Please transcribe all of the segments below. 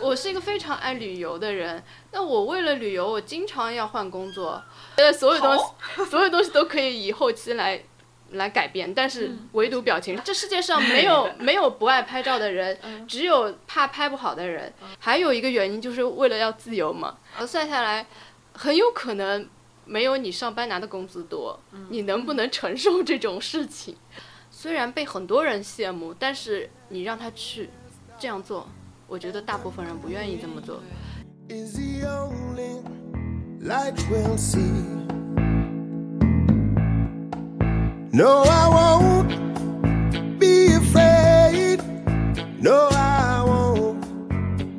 我是一个非常爱旅游的人，那我为了旅游，我经常要换工作，呃，所有东西， 所有东西都可以以后期来来改变，但是唯独表情，这世界上没有没有不爱拍照的人，只有怕拍不好的人。还有一个原因就是为了要自由嘛，呃算下来，很有可能没有你上班拿的工资多，你能不能承受这种事情？ 虽然被很多人羡慕，但是你让他去这样做，我觉得大部分人不愿意这么做。 is the only light we'll see. No, I won't be afraid. No, I won't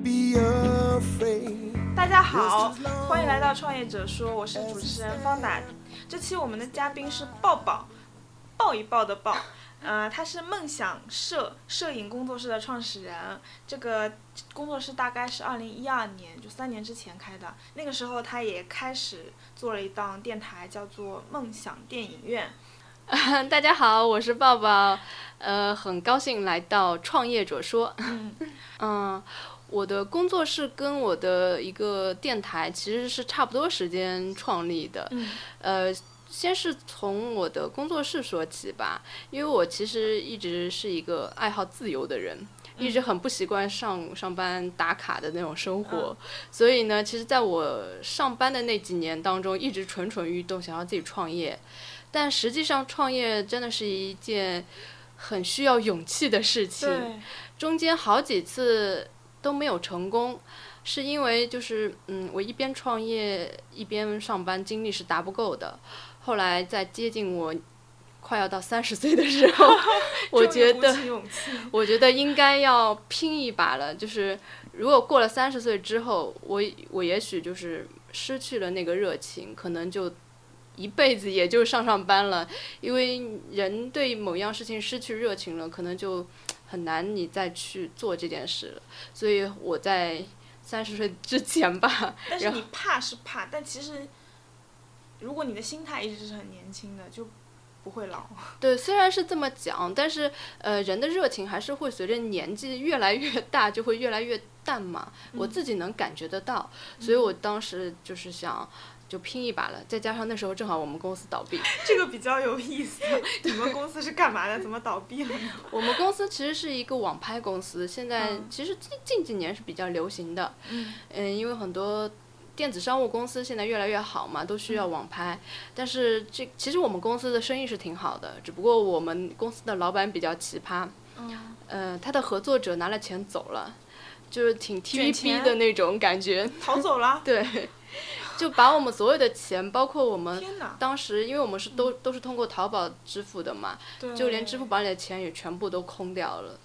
be afraid. 大家好，欢迎来到《创业者说》，我是主持人方达。这期我们的嘉宾是抱抱，抱一抱的抱。呃，他是梦想摄摄影工作室的创始人。这个工作室大概是二零一二年，就三年之前开的。那个时候，他也开始做了一档电台，叫做《梦想电影院》。嗯大家好，我是抱抱，呃，很高兴来到《创业者说》。嗯，嗯，我的工作室跟我的一个电台其实是差不多时间创立的。 嗯呃，先是从我的工作室说起吧，因为我其实一直是一个爱好自由的人。一直很不习惯上上班打卡的那种生活，所以呢，其实在我上班的那几年当中，一直蠢蠢欲动，想要自己创业。但实际上，创业真的是一件很需要勇气的事情。对，中间好几次都没有成功，是因为就是嗯，我一边创业一边上班，精力是达不够的。后来在接近我快要到三十岁的时 候，我终于觉鼓得起勇气我觉得应该要拼一把了。就是如果过了三十岁之后，我我也许就是失去了那个热情，可能就一辈子也就上上班了。因为人对某样事情失去热情了，可能就很难你再去做这件事了。所以我在三十岁之前吧，但是然后你怕是怕，但其实，如果你的心态一直是很年轻的，就不会老。 对，虽然是这么讲，但是呃，人的热情还是会随着年纪越来越大，就会越来越淡嘛。嗯我自己能感觉得到，所以我当时就是想。就拼一把了，再加上那时候正好我们公司倒 闭，这个比较有 意思。你们公司是干嘛的？怎么倒闭了呢？我们公司其实是一个网拍公司，现在嗯其实近近几年是比较流行的，嗯嗯，因为很多电子商务公司现在越来越好嘛，都嗯需要网拍。但是这其实我们公司的生意是挺好的，只不过我们公司的老板比较奇葩，嗯，呃，他的合作者拿了钱走了，就是挺卷 TVB 钱的那种感 觉，逃走了。对，就把我们所有的钱，包括我们天哪！当时，因为我们是都都是通过淘宝支付的嘛，对，就连支付宝里的钱也全部都空掉了，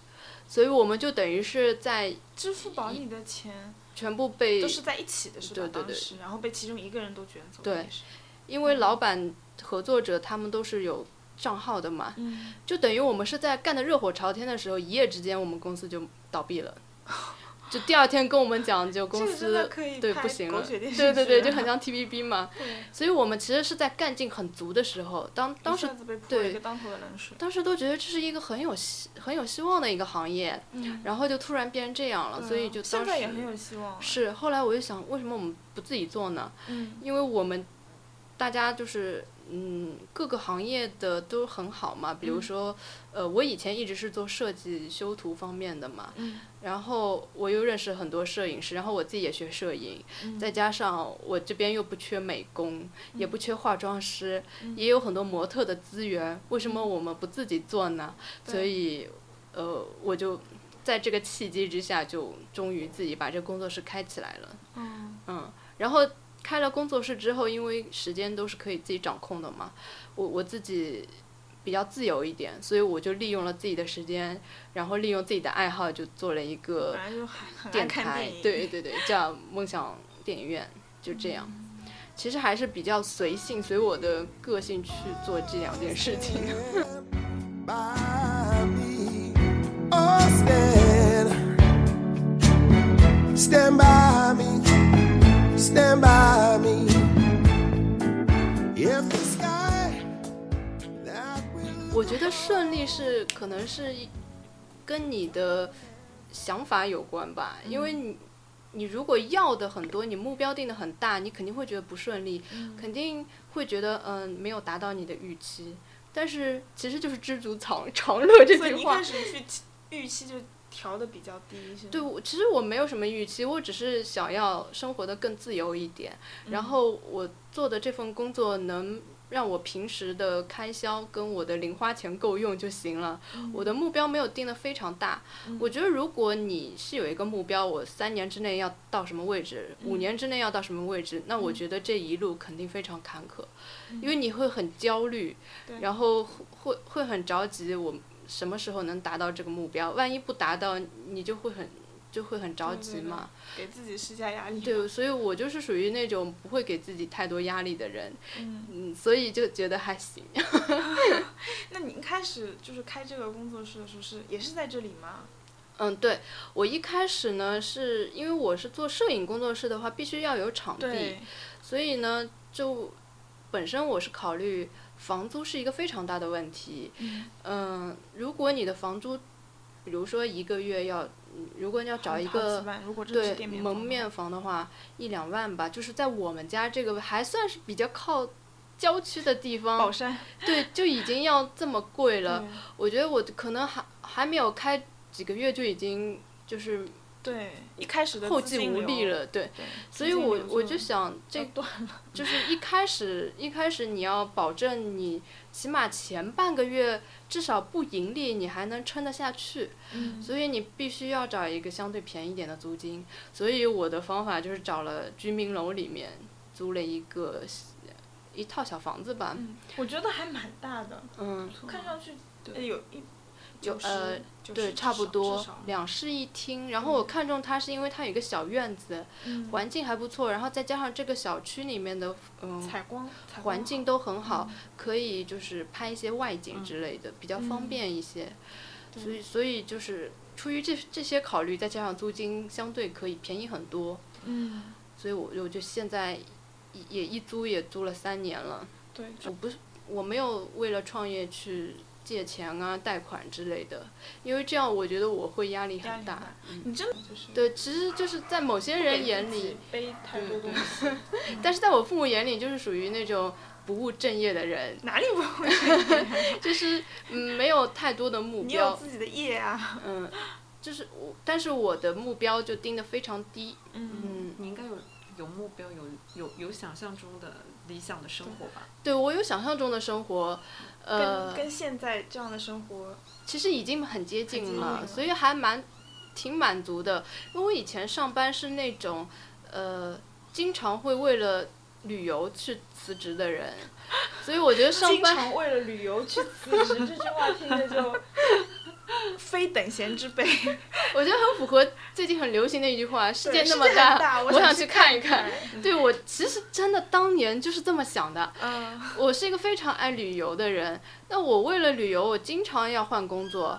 所以我们就等于是在支付宝里的钱全部被都是在一起的，是吧？对对对当时，然后被其中一个人都卷走。对嗯也是。因为老板合作者他们都是有账号的嘛，嗯，就等于我们是在干的热火朝天的时候，一夜之间我们公司就倒闭了。就第二天跟我们讲，就这公个真的司可以对拍不行狗了，血电视对对对，就剧了 很像 TVB 嘛。对所以我们其实是在干劲很足的时候，当当一时下子被泼了对一个当头的冷水。当时都觉得这是一个很有希很有希望的一个行业，嗯，然后就突然变成这样了，所以就当啊现时在也很有希望。是后来我就想，为什么我们不自己做呢？嗯因为我们大家就是嗯，各个行业的都很好嘛。比如嗯说，呃，我以前一直是做设计修图方面的嘛，嗯然后我又认识很多摄影师，然后我自己也学摄影，嗯再加上我这边又不缺美工，也不缺化妆师，嗯也有很多模特的资源，为什么我们不自己做呢？对所以，呃，我就。在这个契机之下，就终于自己把这个工作室开起来了。嗯嗯，然后开了工作室之后，因为时间都是可以自己掌控的嘛，我我自己比较自由一点，所以我就利用了自己的时间，然后利用自己的爱好，就做了一本个来就很很啊爱电看台电影。，对对对，叫梦想电影院，就这样。嗯其实还是比较随性，随我的个性去做这两件事情。 By me, oh stand, stand by me, stand by me. If the sky that will 我觉得顺利是可嗯能是一跟你的想法有关吧，因为你你如果要的很多，你目标定的很大，你肯定会觉得不顺利，嗯肯定会觉得嗯、没有达到你的预期。但是其实就是知足常常乐这所以句你一话开，始去预期就调的比较低，是吗？对，我其实我没有什么预期，我只是想要生活的更自由一点。嗯然后我做的这份工作能让我平时的开销跟我的零花钱够用就行了。嗯我的目标没有定的非常大，我觉得如果你是有一个目标，我三年之内要到什么位置，嗯五年之内要到什么位置，那我觉得这一路肯定非常坎坷，因为你会很焦虑，嗯对然后会会很着急，我什么时候能达到这个目标？万一不达到，你就会很就会很着对急对对嘛。给自己施加压力。对，所以我就是属于那种不会给自己太多压力的人，嗯，嗯，所以就觉得还行。那你一开始就是开这个工作室的时候是也是在这里吗？嗯，对我一开始呢，是因为我是做摄影工作室的话，必须要有场嗯地，，所以呢，就本身我是考虑房租是一个非常大的问题。嗯嗯，如果你的房租，比如说一个月要，嗯如果你要找一个好几万，如果这是对店面门房啊的面房的话，一两万吧，就是在我们家这个还算是比较靠郊区的地方，话宝山对，就已经要这么 贵了。对我觉得我可能还还没有开几个月就已经就是对一开始的后资继金无流力，了，对。对，所以我我就想想，这断就是一开始一开始你要保证你起码前半个月至少不盈利，你还能撑得下去。嗯所以你必须要找一个相对便宜点的租金。所以我的方法就是找了居民楼里面租了一个一套小房子吧，嗯，我觉得还蛮大的，嗯，看上去对呃有一有90呃90对，至差不少多至少两室一厅。然后我看中它是因为它有一个小院子，嗯环境还不错，然后再加上这个小区里面的嗯采光采环光境都很好，可以就是拍一些外景之类的，比较方嗯嗯便一些。对所以所以就是出于这这些考虑，再加上租金相对可以便宜很多，好嗯所以我我就现在也也一租也租了三年了。对我不是我没有为了创业去借钱啊、贷款之类的，因为这样我觉得我会压力压力很很大嗯大。你真的就是对，其实就是在某些不人给眼自己里，背太对多对东西，但是在我父母眼里就是属于那种不务正业的人， 哪里 不会？就是嗯没有太多的目你有标，自己的业啊，嗯，就是我，但是我的目标就定的非常低，嗯嗯，你应该有有目标，有有有想象中的理想的生活吧？对我有想象中的生活，呃跟，跟现在这样的生活其实已经很接很近接近了，了所以还蛮挺满足的。因为我以前上班是那种呃，经常会为了旅游去辞职的人，所以我觉得上经班常为了旅游去辞职，这句话听着 就非等闲之辈。我觉得很符合最近很流行的一句话：世界世那么界 很大我我想想去去看一看看。 对我其实真的当年就是这么想的。嗯，我是一个非常爱旅游的人，那我为了旅游，我经常要换工作。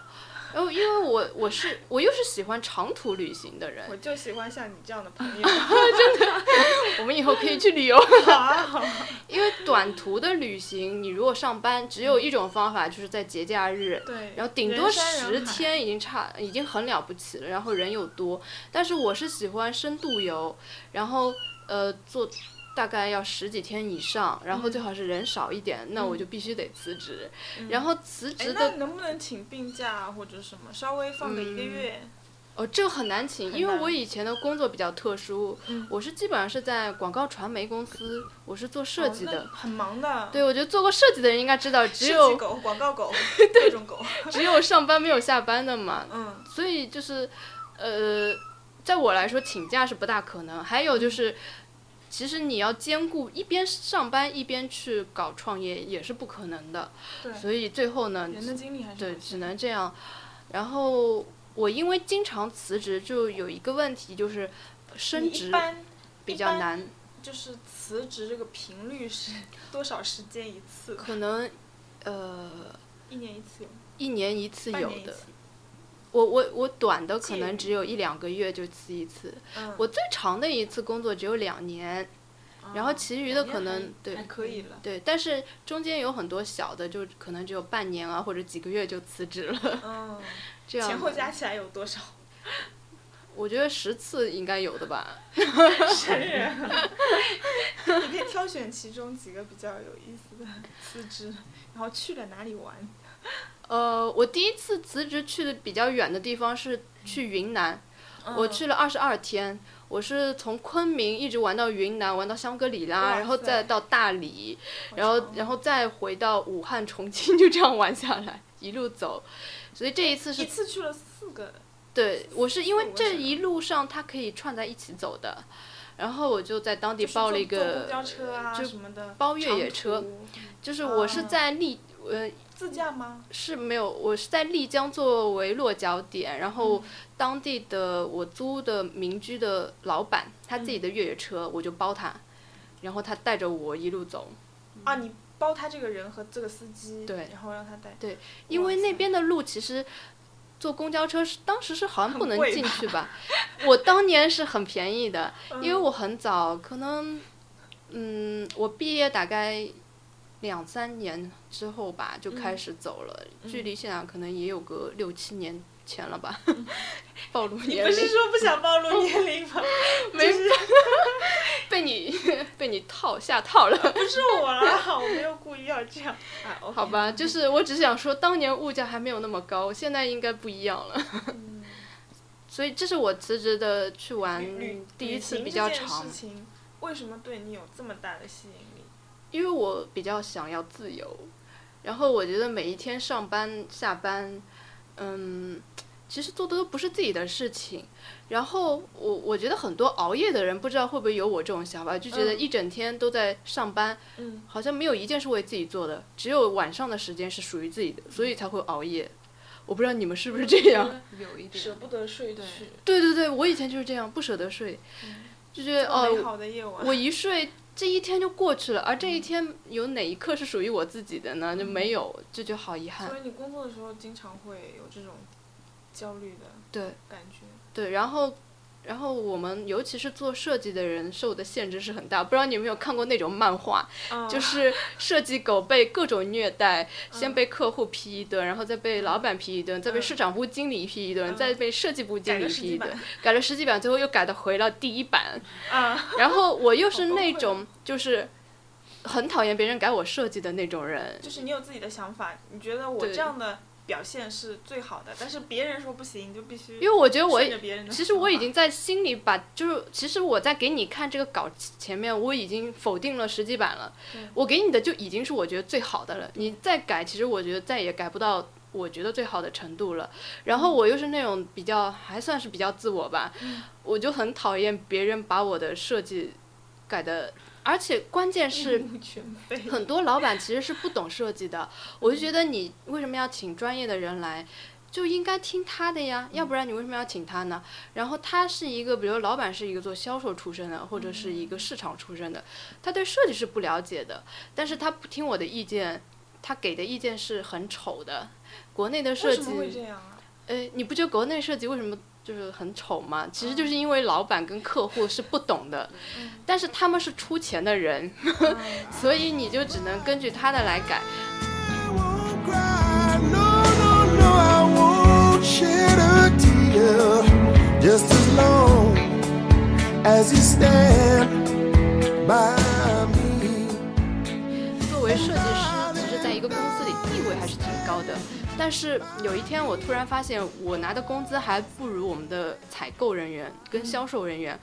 然后，因为我我是我又是喜欢长途旅行的人我，就喜欢像你这样的朋 友。我们以后可 以去旅游。好，因为短途的旅行，你如果上班，只有一种方法，就是在节假日，对，然后顶多人山十人海，天已经差，已经很了不起了。然后人又多，但是我是喜欢深度游，然后呃做大概要十几天以上，然后嗯最好是人少一点，那我就必须得辞职。然后辞哎职，的那能不能请病假啊或者什么，稍微放个一嗯个月？哦，这个很难请，很因为难我以前的工作比较特殊，嗯我是基本上是在广告传媒公司，我是做设计的。哦那很忙的。对，我觉得做过设计的人应该知道，只设计有狗、广 告狗，各种狗。只有上班没有下班的嘛，嗯，所以就是，呃，在我来说，请假是不大可能。还有就是，其实你要兼顾一边上班一边去搞创业也是不可能的。对，所以最后呢，人的精力还是嗯对，有只限能这样。然后我因为经常辞职，就有一个问题就是升你职一般比一较般难，就是辞职这个频率是多少时间一次？可能呃一年一次有吗，一年一次半有年一的次。。我我我短的可介于能只有一两个月就辞一次，嗯，我最长的一次工作只有两年，然后哦其余的感觉可能还对还可以了。对，但是中间有很多小的，就可能只有半年啊或者几个月就辞职了，嗯，这样前后的 加起来有多少？我觉得十次应该有的吧。神人， 你可以挑选其中几个比较有意思的辞职，然后去了哪里玩？呃，我第一次辞职去的比较远的地方是去云南，嗯我去了二十二天，我是从昆明一直玩到云南，玩到香格里哇拉，塞然后再到大理，嗯，然后好，然后再回到武汉、重庆，就这样玩下来，一路走。所以这一次一是次去了四个，对我是因为四五个这省一路上它可以串在一起走的，然后我就在当地就是包了坐一坐公交个车啊就什么的，包越野长车，途，就是我是啊在丽呃自驾吗？是没有，我是在丽江作为落脚点，然后嗯当地的我租的民居的老板他自嗯己的越野车，我就包他，然后他带着我一路走，啊，你包他这个人和这个司机，嗯对然后让他带，对，因为那边的路其实坐公交车是当时是好像不很能贵进去吧，我当年是很便宜的，嗯因为我很早，可能，嗯，我毕业大概两三年之后吧，就开始走了，嗯距离现在可能也有个六七年前了吧， 暴露嗯你年嗯不龄，是说不想暴露年龄吗？ 没事，被你被你套下套了， 不是我啦，我没有故意要这样啊。OK 好，吧，就是我只是想说，当年物价还没有那么高，现在应该不一样了，嗯 所以这是我辞职的去玩旅旅第一次旅行比较这件长事，情为什么对你有这么大的吸引力？因为我比较想要自由，然后我觉得每一天上班下班，嗯，其实做的都不是自己的事情。然后我我觉得很多熬夜的人不知道会不会有我这种想法，就觉得嗯一整天都在上班，嗯，好像没有一件是为自己做的，只有晚上的时间是属于自己的，所以才会熬夜。我不知道你们是不是这样？有一舍点，不得睡去对， 对对对，我以前就是这样，不舍得睡，就觉这得么美哦，好的夜晚， 我一睡，这一天就过去了，而这一天有哪一刻是属于我自己的呢？就没有，这就好遗憾嗯所。以你工作的时候经常会有这种焦虑的对感觉。对，然后，然后我们尤其是做设计的人受的限制是很大。不知道你有没有看过那种漫画，嗯，就是设计狗被各种虐待，先嗯被客户批一顿，然后再被老板批一顿，再被嗯市场部经理批一顿，嗯再被设计部改经理个十批几一版顿，改了十几版，最后又改到回到第一版。 啊，然后我又好是崩那溃啊种就是很讨厌别人改我设计的那种人，就是你有自己的想法，你觉得我对这样的表现是最好的，但是别人说不行，你就必须因为我觉得我顺着别人的其实想我已法经在心里把就是其实我在给你看这个稿前面我已经否定了十几版了对，我给你的就已经是我觉得最好的了，你再改其实我觉得再也改不到。我觉得最好的程度了，然嗯后我又是那种比较还算是比较自我吧，我就很讨厌别人把我的设计改的，而且关键是面目全非。很多老板其实是不懂设计的，我就觉得你为什么要请专业的人来，就应该听他的呀，要不然你为什么要请他呢？然后他是一个，比如老板是一个做销售出身的，或者是一嗯个市场出身的，他对设计是不了解的，但是他不听我的意见，他给的意见是很丑的。国内的设为什么会这计，样啊？呃，你不觉得国内设计为什么就是很丑吗？其实就是因为老板跟客户是不懂的，嗯但是他们是出钱的人， 所以你就只能根据他的来改。 I won't cry. No, no, no, I won't shed a tear. Just as long as you stand by me. 作为设计师，其实在一个公司里地位还是挺高的。但是有一天，我突然发现，我拿的工资还不如我们的采购人员跟销售人员，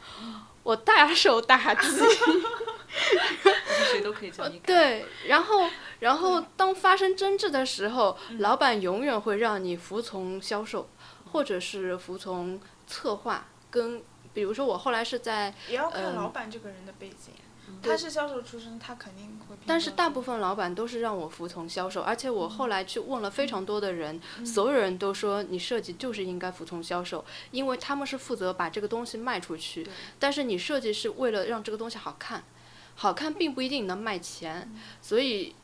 我大受打击。谁都可以叫你改。对，然后，然后当发生争执的时候，老板永远会让你服从销售，或者是服从策划跟。比如说，我后来是在，也要看嗯老板这个人的背景，对他是销售出身，他肯定会偏向这个。但是大部分老板都是让我服从销售，而且我后来去问了非常多的人，嗯所有人都说你设计就是应该服从销售，因为他们是负责把这个东西卖出去对，但是你设计是为了让这个东西好看，好看并不一定能卖钱，所以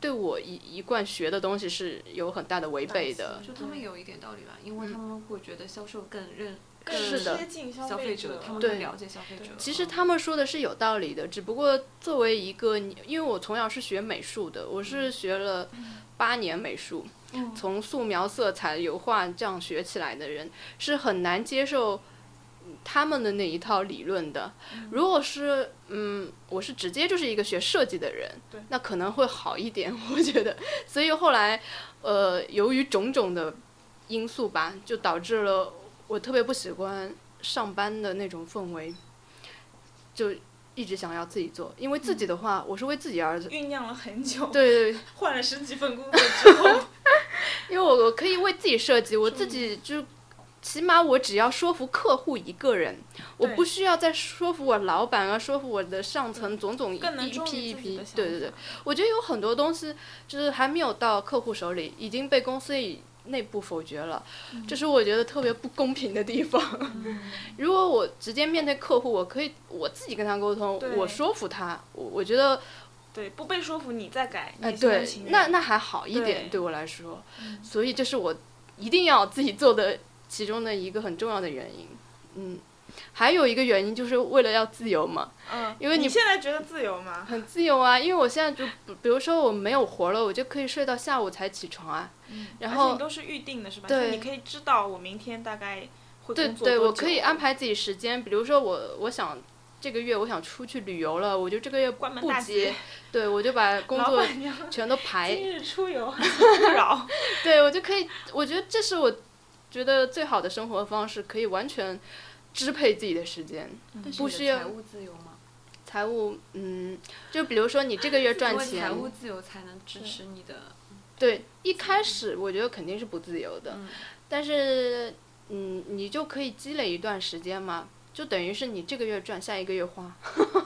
对我一一贯学的东西是有很大的违背的。就他们有一点道理吧，因为他们会觉得销售更认嗯更是的贴近消消费嗯费者，他们对更了嗯解消费者对。其实他们说的是有道理的，只不过作为一个，因为我从小是学美术的，我是学了八年美术，嗯从素描、色彩、油画这样学起来的人，是很难接受他们的那一套理论的。如果是嗯，我是直接就是一个学设计的人对，那可能会好一点，我觉得。所以后来，呃，由于种种的因素吧，就导致了我特别不喜欢上班的那种氛围，就一直想要自己做，因为自己的话，我是为自己而。对酝酿了很久，对对，换了十几份工 作之后，因为我我可以为自己设计，我自己就起码我只要说服客户一个人，我对不需要再说服我老板啊，说服我的上层种种一更能一忠批于一自己批的想，法。对对对，我觉得有很多东西就是还没有到客户手里，已经被公司以内部否决了，嗯这是我觉得特别不公平的地方。 如果我直接面对客户，我可以我自己跟他沟通对，我说服他，我我觉得对，不被说服你再改，哎，你心甘对情，愿那那还好一对嗯点，对我来说，所以这是我一定要自己做的其中的一个很重要的原因。嗯，还有一个原因就是为了要自由嘛，嗯，因为你你现在觉得自由吗？很自由啊，因为我现在就比比如说我没有活了，我就可以睡到下午才起床啊，然嗯而且后你都是预定的是吧？对就你可以知道我明天大概会对工作对，多我可以久啊安排自己时间，比如说我我想这个月我想出去旅游了，我就这个月关门不大结吉，，对我就把工老作板娘全都排今日 出游，勿扰。对我就可以，我觉得这是我觉得最好的生活方式，可以完全支配自己的时间。但是不你的需要财务自由吗？财务，嗯，就比如说你这个月赚因为财钱，务自由才能支持你的， 对，一开始我觉得肯定是不自由的，嗯但是嗯，你就可以积累一段时间嘛，就等于是你这个月赚，下一个月花，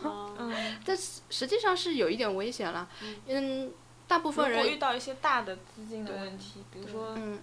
哦嗯，但是实际上是有一点危险了，嗯，大部如果分遇人，到一些大的资金的问题，比如说嗯，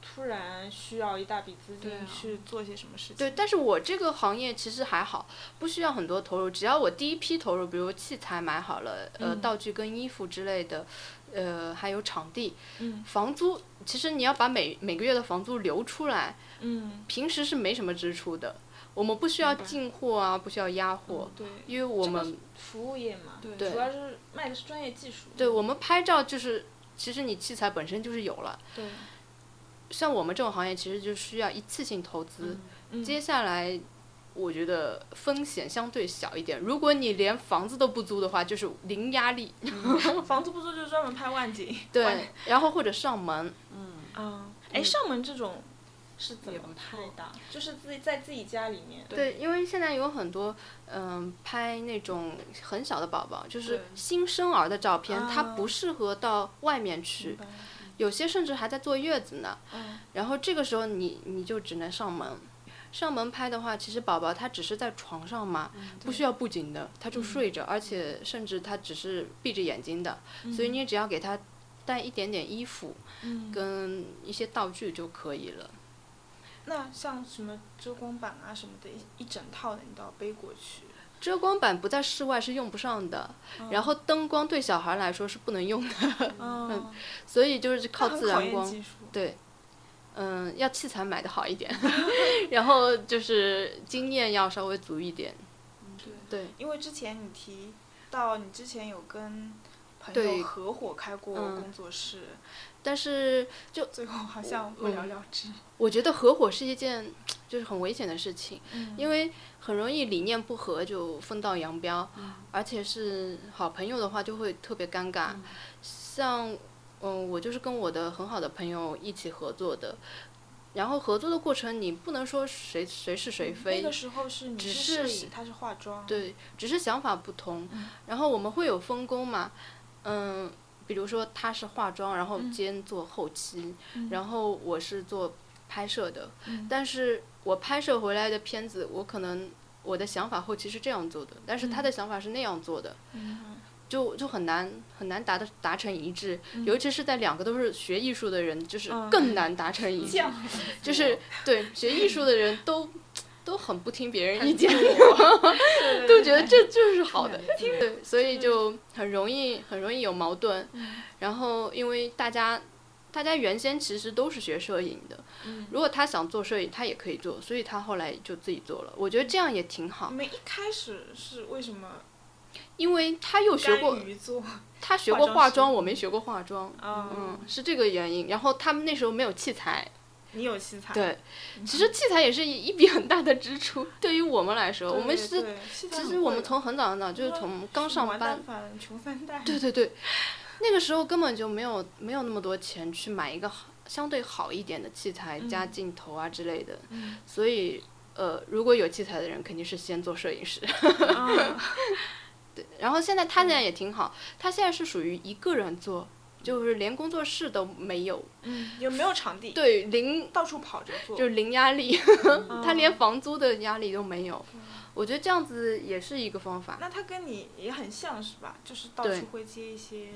突然需要一大笔资对啊金去做些什么事情，对，但是我这个行业其实还好，不需要很多投入，只要我第一批投入，比如器材买好了，呃，嗯道具跟衣服之类的，呃，还有场地、嗯房租，其实你要把每每个月的房租留出来，嗯，平时是没什么支出的，我们不需要明白进货啊，不需要压货，对，因为我嗯这个们、服务业嘛，对主要是卖的是专业技术，对我们拍照就是，其实你器材本身就是有了，对，像我们这种行业其实就需要一次性投资。嗯嗯接下来，我觉得风险相对小一点。如果你连房子都不租的话，就是零压力。 房子不租就专门拍万景，对，然后或者上门，嗯，啊嗯，哎，上门这种是怎也么不拍错的？就是自己在自己家里面，对对，因为现在有很多嗯拍那种很小的宝宝，就是对新生儿的照片，它啊不适合到外面明去，白了有些甚至还在坐月子呢。嗯，然后这个时候你你就只能上门。上门拍的话，其实宝宝他只是在床上嘛，不需要布景的，他就睡着，而且甚至他只是闭着眼睛的，所以你只要给他带一点点衣服嗯，跟一些道具就可以了。那像什么遮光板啊什么的，一一整套的你都要背过去。遮光板不在室外是用不上的，然后灯光对小孩来说是不能用的， 嗯，所以就是靠那很自考然验光。技术对，嗯，要器材买的好一点， 然后就是经验要稍微足一点。嗯对，对，因为之前你提到你之前有跟朋对友合伙开过嗯工作室，但是最后好像不了了之。我觉得合伙是一件就是很危险的事情。嗯因为很容易理念不合就分道扬镳，嗯而且是好朋友的话就会特别尴尬。嗯像嗯，我就是跟我的很好的朋友一起合作的，然后合作的过程你不能说谁谁是谁非，嗯那个时候是你只是摄是影，他是化妆。，对，只是想法不同。然后我们会有分工嘛，嗯，比如说他是化妆，然后兼做后期，然后我是做拍摄的。但是我拍摄回来的片子，我可能我的想法后期是这样做的，但是他的想法是那样做的，嗯，就就很难很难达的达成一致。尤其是在两个都是学艺术的人，就是更难达成一致。这样嗯就是对学艺术的人都都很不听别人意见。对都觉得这就是好的，对 对对，所以就很容易很容易有矛盾。然后因为大家大家原先其实都是学摄影的，如果他想做摄影，他也可以做，所以他后来就自己做了。我觉得这样也挺好你，们一开始是为什么因为他又学过甘，于做他学过化妆化师妆，我没学过化妆，嗯啊？嗯，是这个原因。然后他们那时候没有器材，你有器材，对，其实器材也是一一笔很大的支出，对于我们来说，对，我们对是对器材其很实我贵们的从很早很早就是从刚上完班蛋，反了穷三代，对对对，那个时候根本就没有没有那么多钱去买一个好相对好一点的器材加嗯镜头啊之类的， 嗯所以呃，如果有器材的人肯定是先做摄影师。 嗯然后现在他现在也挺好，他现在是属于一个人做，就是连工作室都没有，嗯，有没有场地？对零到处跑着做，就是零压力，嗯他连房租的压力都没有。我觉得这样子也是一个方法。那他跟你也很像是吧？就是到对处会接一些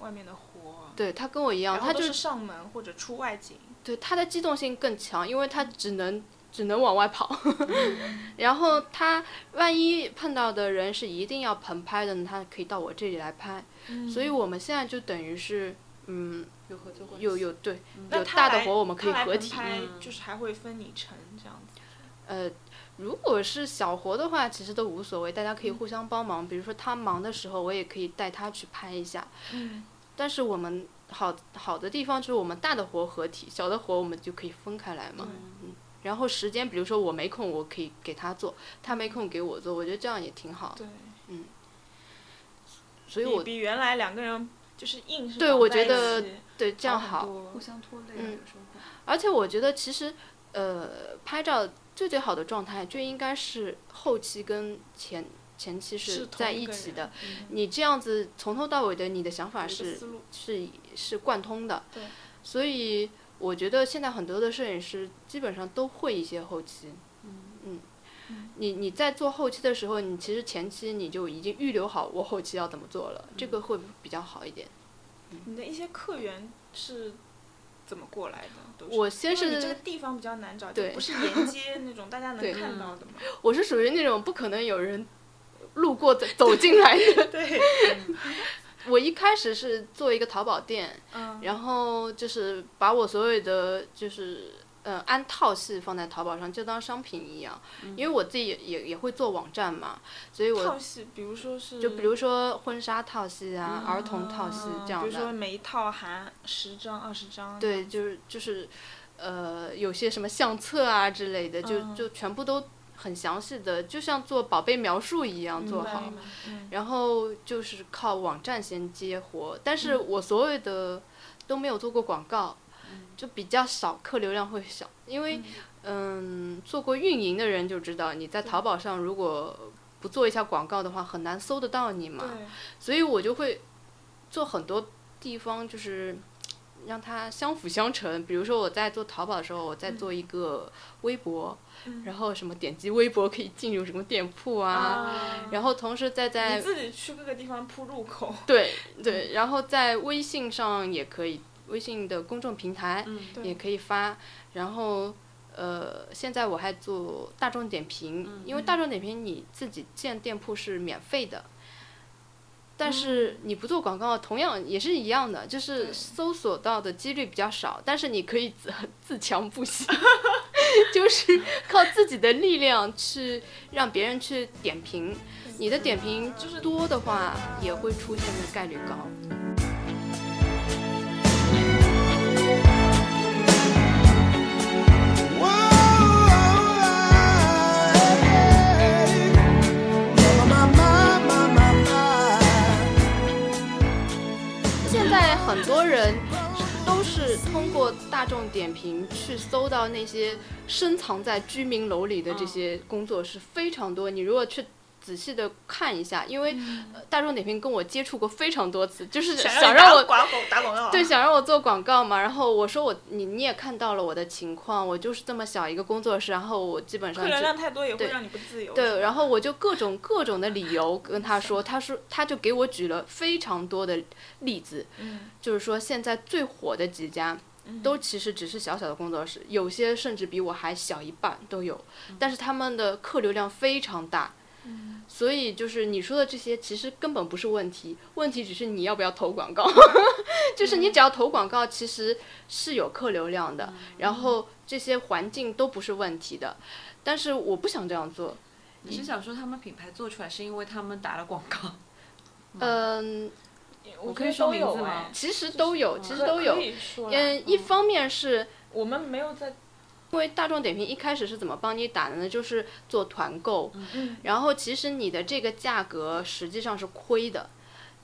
外面的活，对他跟我一样，然他后都就是上门或者出外景。对他的机动性更强，因为他嗯只能只能往外跑， 然后他万一碰到的人是一定要棚拍的呢，他可以到我这里来拍，嗯嗯所以我们现在就等于是嗯有合作关系，有有对嗯那有他大的来活我们可以他来合棚体，拍嗯就是还会分你成这样子。呃。如果是小活的话，其实都无所谓，大家嗯可以互相帮忙。比如说他忙的时候，我也可以带他去拍一下。嗯，但是我们好好的地方就是我们大的活合体，小的活我们就可以分开来嘛。嗯然后时间，比如说我没空，我可以给他做，他没空给我做，我觉得这样也挺好。嗯对，所以比我比原来两个人就是硬是对绑我在觉一得起对这样好很好，多互相拖累啊，嗯有时候会而且我觉得其实呃，拍照最最好的状态就应该是后期跟前前期是是同在一一个起人的。嗯你这样子从头到尾的你的想法有一个是思路是是贯通的。对。所以我觉得现在很多的摄影师基本上都会一些后期。嗯嗯你你在做后期的时候，你其实前期你就已经预留好我后期要怎么做了，这嗯个会比较好一点。你的一些客源是怎么过来的？都是我先因为你这个是地方比较难找，就对不是沿街那种大家能对看到的嘛。我是属于那种不可能有人路过走走进来的。 对，我一开始是做一个淘宝店，嗯，然后就是把我所有的就是。呃，按套系放在淘宝上，就当商品一样，因为我自己也也也会做网站嘛，所以我嗯套系，比如说是就比如说婚纱套系啊、儿童套系嗯这样比的。如说每一套含十张、二十张。对，就是就是，呃，有些什么相册啊之类的，就嗯就全部都很详细的，就像做宝贝描述一样明做白好。明白嗯，然后就是靠网站先接活，但是嗯我所有的都没有做过广告，嗯就比较少，客流量会小，因为嗯做过运营的人就知道，你在对淘宝上如果不做一下广告的话，很难搜得到你嘛。对，所以我就会做很多地方，就是让它相辅相成。比如说我在做淘宝的时候，我在做一个微博，嗯然后什么点击微博可以进入什么店铺啊，啊然后同时再你在自己去各个地方铺入口。对对，然后在微信上也可以，微信的公众平台嗯也对，可以发，然后。呃，现在我还做大众点评，嗯因为大众点评你自己建店铺是免费的，但是你不做广告，同样也是一样的，就是对搜索到的几率比较少，但是你可以自 自强不息，就是靠自己的力量去让别人去点评，你的点评就是多的话，也会出现的概率高。 Whoa, hey, my, my, my, my, my. 现在很多人都是通过大众点评去搜到那些深藏在居民楼里的这些工作是非常多。你如果去仔细的看一下，因为、嗯呃大众点评跟我接触过非常多次， 就是想让我。广打广告。啊对，，想让我做广告嘛，然后我说我你你也看到了我的情况，我就是这么小一个工作室，然后我基本上客流就量太多也会对让你不自由。对，然后我就各种各种的理由跟他说，他说他就给我举了非常多的例子，嗯，就是说现在最火的几家，嗯都其实只是小小的工作室，有些甚至比我还小一半都有，嗯但是他们的客流量非常大。所以就是你说的这些，其实根本不是问题，问题只是你要不要投广告。 就是嗯你只要投广告，其实是有客流量的，然后这些环境都不是问题的。但是我不想这样做，你是想说他们品牌做出来是因为他们打了广告？嗯，我可以觉得说都名字有吗哎其实都有，其实都嗯可有。以说啦啊嗯嗯，一方面是我们没有在因为大众点评一开始是怎么帮你打的呢？就是做团购，嗯然后其实你的这个价格实际上是亏的，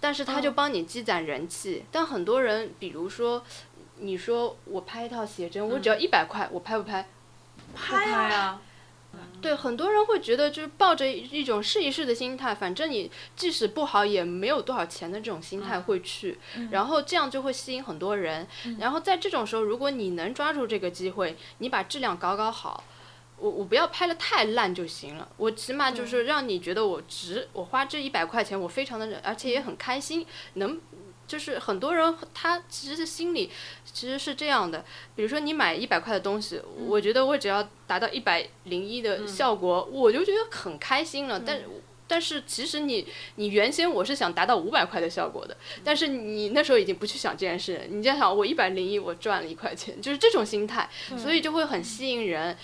但是它就帮你积攒人气。但很多人，比如说，你说我拍一套写真，我只要一百块，我拍不拍？嗯拍拍啊，啊，对，很多人会觉得就是抱着一种试一试的心态，反正你即使不好也没有多少钱的这种心态会去，然后这样就会吸引很多人。然后在这种时候，如果你能抓住这个机会，你把质量搞搞好。我我不要拍的太烂就行了，我起码就是让你觉得我值，我花这一百块钱，我非常的，而且也很开心，能，就是很多人他其实是心里其实是这样的，比如说你买一百块的东西，我觉得我只要达到一百零一嗯的效果，我就觉得很开心了。但但是其实你你原先我是想达到五百块的效果的，嗯但是你那时候已经不去想这件事，你在想我一百零一我赚了一块钱，就是这种心态，嗯所以就会很吸引人。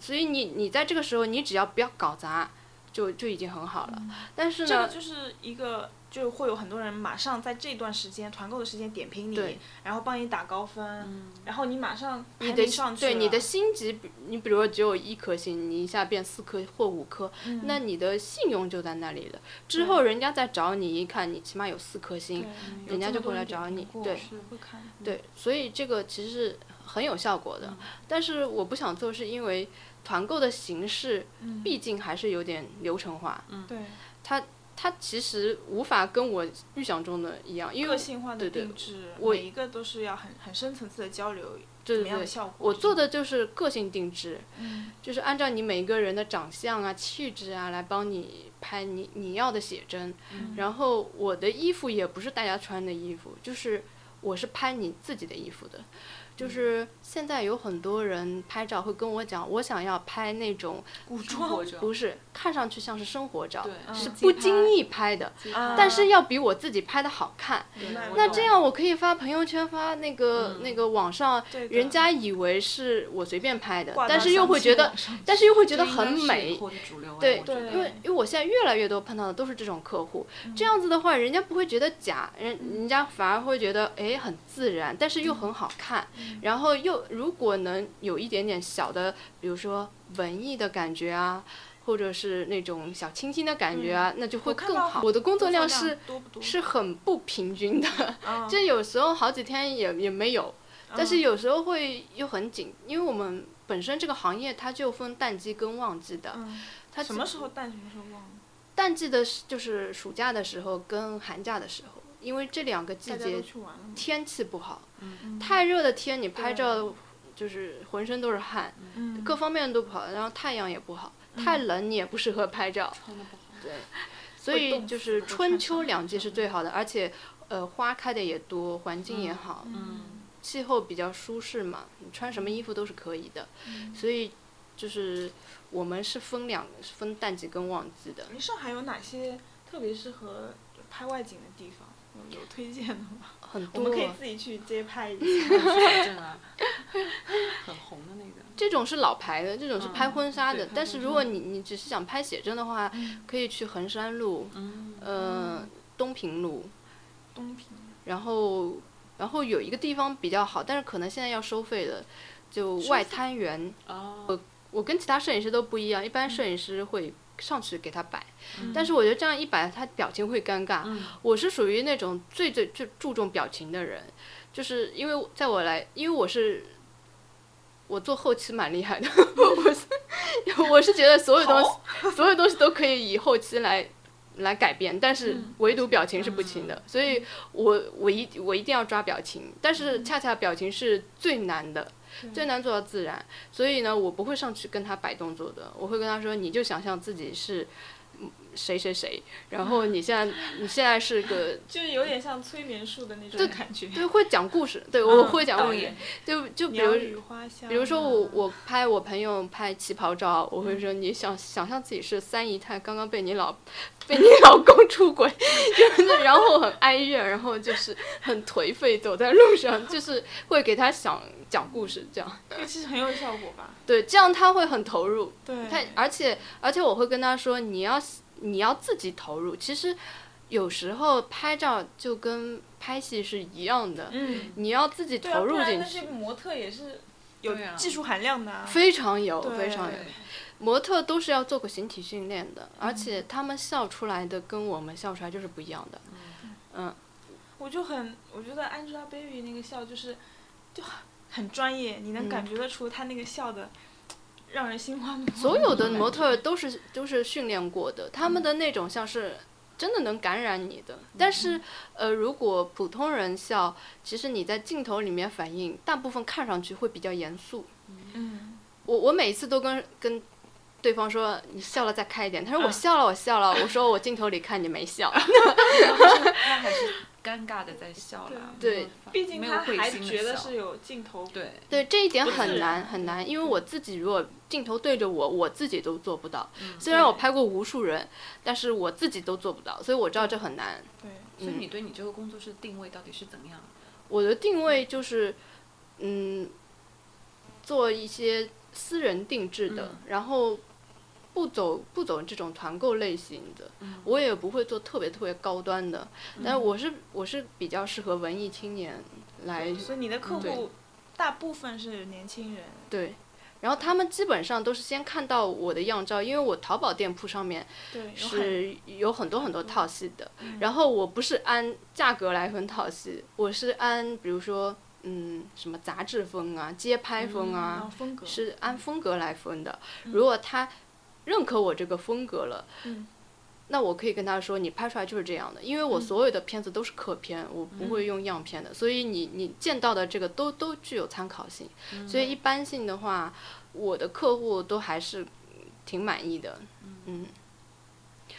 所以你你在这个时候，你只要不要搞砸，就就已经很好了。但是嗯这个呢，就是一个，就会有很多人马上在这段时间团购的时间点评你对，然后帮你打高分，然后你马上排你的名上去对你了的星级，比你比如说只有一颗星，你一下变四颗或五颗，嗯那你的信用就在那里了。之后人家再找你一看，你起码有四颗星对，人家这么就多会来点找评你过对是会看的对，所以这个其实是很有效果嗯的。但是我不想做，是因为团购的形式嗯毕竟还是有点流程化，对它其实无法跟我预想中的一样，因为个性化的对对定制，我每一个都是要很很深层次的交流，对怎对么样的对。效果？嗯我做的的就是个性定制，就是按照你每一个人的长相啊、气质啊来帮你拍你你要的写真。嗯然后我的衣服也不是大家穿的衣服，就是我是拍你自己的衣服的。就是现在有很多人拍照会跟我讲，我想要拍那种古生活装者不是嗯看上去像是生活照，对是嗯自不拍经意拍的，自啊拍但是要比我自己拍的好看。对那我那懂这样我可以发朋友圈，发那个、嗯那个网上对的人家以为是我随便拍的挂，但到是又相会亲觉得网，上但是又会觉这得应该很是以美。后的主流啊对我觉对得因为因为我现在越来越多碰到的都是这种客户，这样子的话，人家不会觉得假，人人家反而会觉得哎很自然，但是又很好看，然后又如果能有一点点小的，比如说文艺的感觉啊，或者是那种小清新的感觉啊，那就会我看更到好。很我的工作量工是多不多？是很不平均的，啊，就有时候好几天也也没有，但是嗯有时候会又很紧，因为我们本身这个行业它就分淡季跟旺季的，嗯它什么时候淡，什么时候忘了？淡季的是就是暑假的时候跟寒假的时候，因为这两个季大家都节去玩了吗？天气不好，嗯太热的天你拍照就是浑身都是汗，啊嗯各方面都不好，然后太阳也不好，太冷你也不适合拍照，穿的不好， 对，所会冻以死就是如果春穿嗯秋上两季是最好的，而且呃花开的也多，环境也好，嗯，气候比较舒适嘛，你穿什么衣服都是可以的，嗯所以就是我们是分两分淡季跟旺季的。哎，上海有哪些特别适合就拍外景的地方？有有推荐的吗？很我多们可以自己去街拍 一下。小镇啊，很红的那个，这种是老牌的，这种是拍婚纱的。对但是如果你你只是想拍写真的话，可以去衡山路，嗯，呃，东平路，东平，然后然后有一个地方比较好，但是可能现在要收费的，就收外费滩园。哦，我跟其他摄影师都不一样，一般摄影师会上去给他摆，但是是我觉得这样一摆，他表情会尴尬。嗯我是属于那种最最最注重表情的人，就是因为在我来，因为我是我做后期蛮厉害的，我是我是觉得所有东西所有东西都可以以后期来。来改变，但是唯独表情是不行的，所以我我一我一定要抓表情，但是恰恰表情是最难的，最难做到自然。所以呢，我不会上去跟他摆动作的，我会跟他说，你就想象自己是嗯谁谁谁，然后你现在你现在是个就是有点像催眠术的那种对感觉。对会讲故事，对我嗯会讲导故事演，就就比鸟语如花香啊。比如说我我拍我朋友拍旗袍照，我会说你想想象自己是三姨太刚刚被你老被你老公出轨， 就是然后很哀怨，然后就是很颓废走在路上，就是会给他想讲故事这样，这个其实很有效果吧？对，这样他会很投入，对他而且而且我会跟他说，你要你要自己投入。其实有时候拍照就跟拍戏是一样的，嗯，你要自己对啊，投不入然进那去些。模特也是有对啊技术含量的啊。非常有，对非常有。对，模特都是要做过形体训练的，而嗯且他们笑出来的跟我们笑出来就是不一样哦的。嗯，我就很，我觉得 Angelababy 那个笑就是，就很专业，你能嗯感觉得出她那个笑的，让人心花怒放。所有的模特儿都是都是训练过的，他嗯们的那种像是真的能感染你的。但嗯是，呃，如果普通人笑，其实你在镜头里面反应，大部分看上去会比较严肃。嗯，我我每次都跟跟对方说你笑了再开一点，他说我嗯笑了我笑了，我说我镜头里看你没笑。 他还是尴尬的在笑啦。对没有法毕竟没有她会还心地觉得笑是有镜头。对，对这一点很自然难很难，因为我自己如果镜头对着我，我自己都做不到。嗯虽然我对拍过无数人，但是我自己都做不到，所以我知道这很难。嗯对，嗯所以你对你这个工作室定位到底是怎样？我的定位就是，嗯，做一些私人定制的，嗯然后不走不走这种团购类型的，我也不会做特别特别高端的，嗯但我是我是比较适合文艺青年来嗯所以你的客户对大部分是年轻人。对。然后他们基本上都是先看到我的样照，因为我淘宝店铺上面对，有很嗯是有很多很多套系的。然后我不是按价格来分套系，我是按比如说嗯什么杂志风啊、街拍嗯风然后啊，风格是按风格来分的。如果他认可我这个风格了，嗯那我可以跟他说你拍出来就是这样的，因为我所有的片子都是客片，我不嗯会用样片的，所以你你见到的这个都都具有参考性。嗯所以一般性的话，我的客户都还是挺满意的，嗯。嗯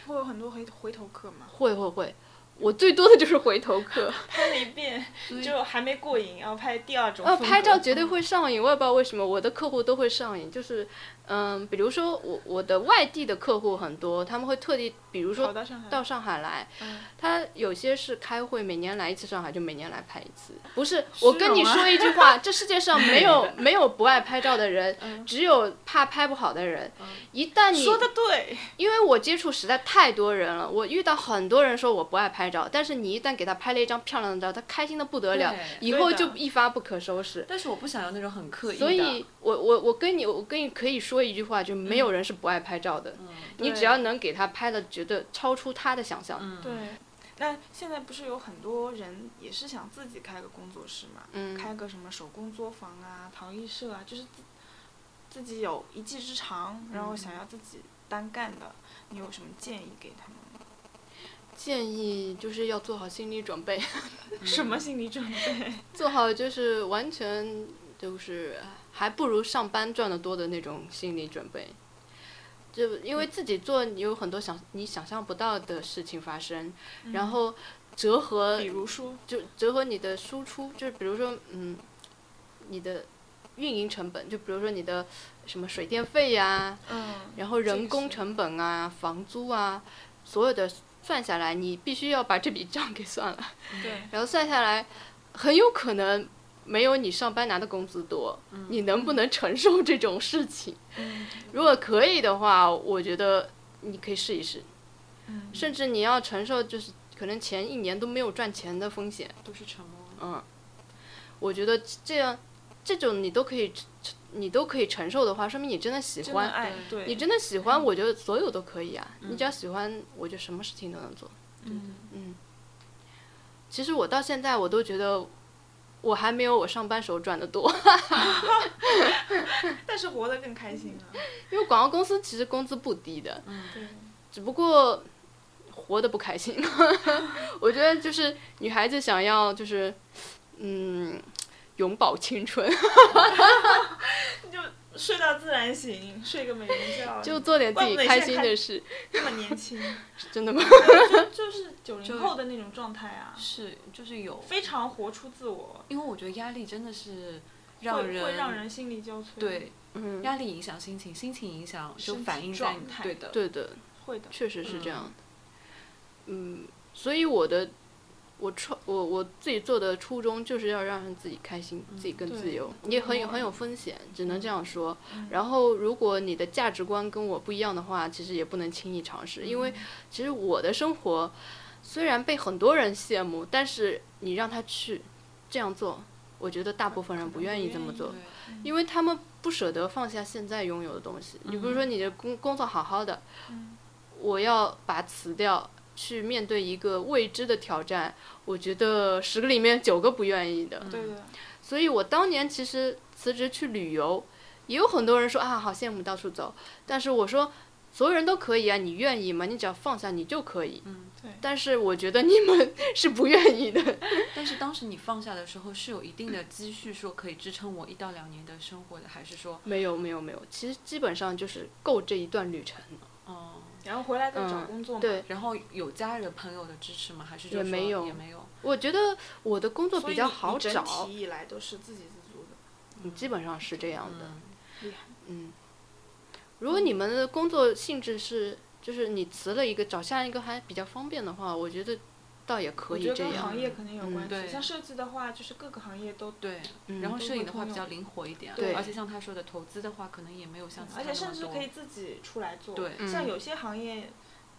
会有很多回回头客嘛。会会会，我最多的就是回头 客，拍了一遍 就还没过瘾，然后拍第二种呃，风格。嗯拍照绝对会上瘾，我也不知道为什么我的客户都会上瘾，就是，嗯，比如说我我的外地的客户很多，他们会特地，比如跑说到上海。到上海来，嗯他有些是开会，每年来一次上海，就每年来拍一次。不是，我跟你吗说一句话，这世界上没有没有不爱拍照的人，只有怕拍不好的人。一旦你说的对，因为我接触实在太多人了，我遇到很多人说我不爱拍照，但是你一旦给他拍了一张漂亮的照，他开心的不得了，对以后对的就一发不可收拾。但是我不想要那种很刻意的，所以，我我我跟你我跟你可以说一句话，就没有人是不爱拍照的，你对只要能给他拍的觉得超出他的想象，嗯，对。那现在不是有很多人也是想自己开个工作室嘛？嗯，开个什么手工作坊啊、陶艺社啊，就是自自己有一技之长，然后想要自己单干的，你有什么建议给他们吗？ 建议就是要做好心理准备， 什么心理准 备？做好就是完全就是还不如上班赚得多的那种心理准备。就因为自己做，你有很多想你想象不到的事情发生，然后折合嗯比如说，就折合你的输出，就是比如说，嗯，你的运营成本，就比如说你的什么水电费呀、嗯，然后人工成本啊、房租啊，所有的算下来，你必须要把这笔账给算了。对，然后算下来，很有可能没有你上班拿的工资多，嗯你能不能承受这种事情？如果可以的话，我觉得你可以试一试，嗯，甚至你要承受就是可能前一年都没有赚钱的风险。都是沉默。嗯，我觉得这样这种你都可以承，你都可以承受的话，说明你真的喜真的欢。爱，嗯对你对，真的喜欢，我觉得所有都可以啊。你只要喜欢，我就什么事情都能做。嗯，嗯，其实我到现在我都觉得，我还没有我上班时候赚的多，但是活得更开心啊，因为广告公司其实工资不低的，对，只不过活得不开心。 我觉得就是女孩子想要就是，嗯，永葆青春， 睡到自然醒，睡个美容 觉，就做点自己开心的事，这么 年轻，真的吗？就就是九零就后的那种状态啊，是，就是有，非常活出自我，因为我觉得压力真的是会让人会让人心力交瘁，，对嗯，压力影响心情，心情影响就身体反映在状你态对的，对的。会的，确实是这样的。嗯所以我的我创我我自己做的初衷就是要让自己开心，自己更自对由，也很有很有风险，只能这样说。然后，如果你的价值观跟我不一样的话，其实也不能轻易尝试，因为其实我的生活虽然被很多人羡慕，但是你让他去这样做，我觉得大部分人不愿意这么做，对因为他们不舍得放下现在拥有的东西。你比如说你的工工作好好的，嗯我要把它辞掉，去面对一个未知的挑战，我觉得十个里面九个不愿意嗯的。对的，所以我当年其实辞职去旅游，也有很多人说啊，好羡慕到处走。但是我说，所有人都可以啊，你愿意吗？你只要放下，你就可以。嗯对但是我觉得你们是不愿意 的。但是当时你放下的时候是有一定的积蓄，说可以支撑我一到两年的生活的，还是说，没有，没有，没有。其实基本上就是够这一段旅程。哦、然后回来再找嗯工作嘛。对，然后有家人朋友的支持吗？还是就也说没有也没有。我觉得我的工作所以比较你好你整找，体以来都是自给自足的。嗯基本上是这样的。嗯，嗯，如果你们的工作性质是，就是你辞了一个找下一个还比较方便的话，我觉得倒也可我以觉得这跟样。行业肯定有嗯关系，对像设计的话，就是各个行业都对。嗯然后摄影的话都会通用嗯比较灵活一点，对而且像他说的投资的话，可能也没有像其他而那么且多。甚至可以自己出来做。对嗯像有些行业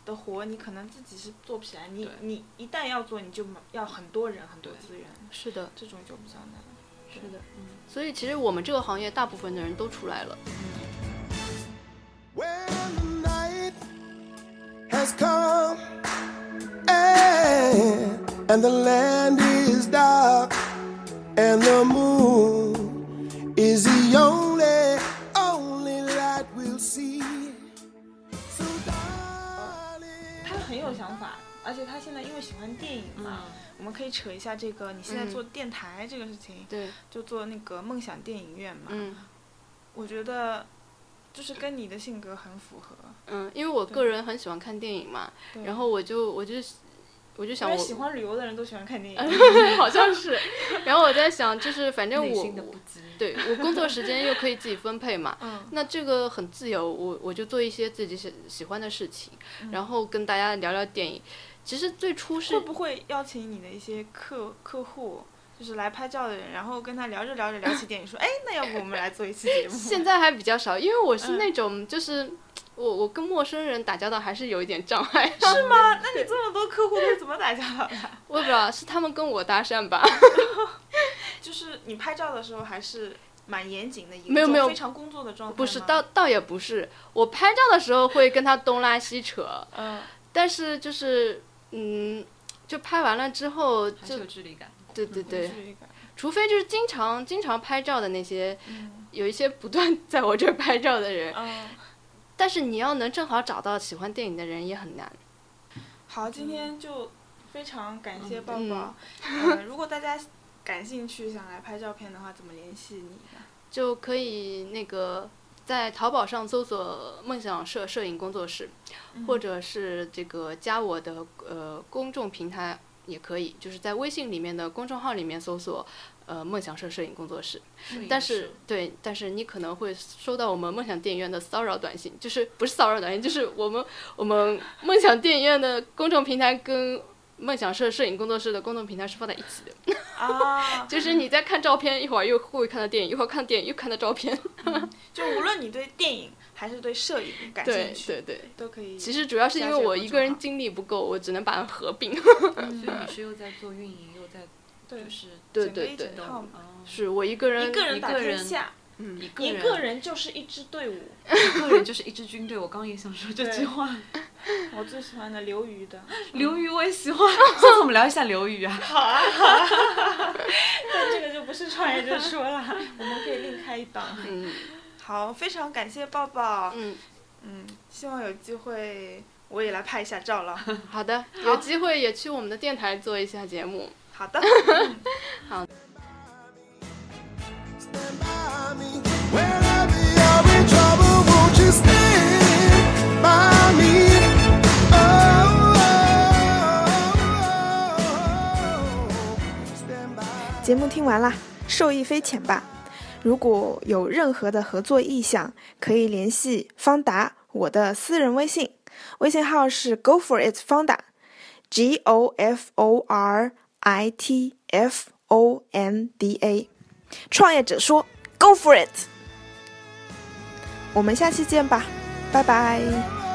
的活，你可能自己是做不起来，你对你一旦要做，你就要很多人、很多对资源，是的，这种就比较难。是的。所以其实我们这个行业大部分的人都出来了。 When the night has come and, and the land is dark and the moon is the only, only light we'll see. So, darling, 他很有想法，而且他现在因为喜欢电影嘛，我们可以扯一下这个你现在嗯做电台这个事情，对，就做那个梦想电影院嘛。嗯我觉得就是跟你的性格很符合。嗯，因为我个人很喜欢看电影嘛，对然后我就我就我就想因我嗯为 喜欢旅 游的人都喜欢看电影。好像是， 然后我在想就是反正内我心的不羁。对我工作时间又可以自己分配嘛，嗯，那这个很自由，我我就做一些自己喜喜欢的事情，然后跟大家聊聊电影。其实最初是嗯会不会邀请你的一些客客户，就是来拍照的人，然后跟他聊着聊着聊起电 影，说，哎，那要不我们来做一期节目？现在还比较少，因为我嗯是那种就是、我我跟陌生人打交道还是有一点障碍， 是吗？那你这么多客户都是怎么打啊交道的？我也不知道是他们跟我搭讪吧， 就是你拍照的时候还是蛮严谨的，一个没有这种没有非常工作的状态吗。不是，倒倒也不是，我拍照的时候会跟他东拉西扯，嗯，但是就是嗯，就拍完了之后还是就有距离感。对对对有，距离感，除非就是经常经常拍照的那些，嗯有一些不断 在我这儿拍照的人，嗯。但是你要能正好找到喜欢电影的人也很难。好，今天就非常感谢抱嗯抱。嗯，如果大家感兴趣想来拍照片的话，怎么联系你呢？就可以那个在淘宝上搜索“梦想摄摄影工作室”，嗯或者是这个加我的呃公众平台也可以，就是在微信里面的公众号里面搜索。呃，梦想社摄影工作室，摄影但师是对，但是你可能会收到我们梦想电影院的骚扰短信，就是不是骚扰短信，就是我们我们梦想电影院的公众平台跟梦想社摄影工作室的公众平台是放在一起的，啊，就是你在看照片，一会儿又会看到电影，一会儿看电影又看到照片。就无论你对电影还是对摄影感兴对趣，对对，都可以。其实主要是因为我一个人精力不够，我只能把它合 并。所嗯以你是又在做运营，又在嗯对就是对整个对一整对，都套嘛哦是我一个人一个人一打个天人下，嗯一一人个人就是一支队伍。一个人就是一支军队。我刚刚也想说这对句话，我最喜欢的刘瑜的，刘宇我也喜欢。 下次我们聊一下刘宇啊。但这个就不是创业 者说了，我们可以另开一档。嗯好，非常感谢抱抱，嗯，嗯，希望有机会我也来拍一下照 了。嗯好的，有机会也去我们的电台做一下节目。好的。 stand by me. Whenever you're in trouble, won't you stand by me? Oh, oh, oh, oh. stand by 节目听完啦，受益匪浅吧。如果有任何的合作意向，可以联系方达我的私人微信，微信号是 Go for it 方达，G O F O R I T F O N D A。创业者说 Go for it，我们下期见吧，拜拜。 Oh,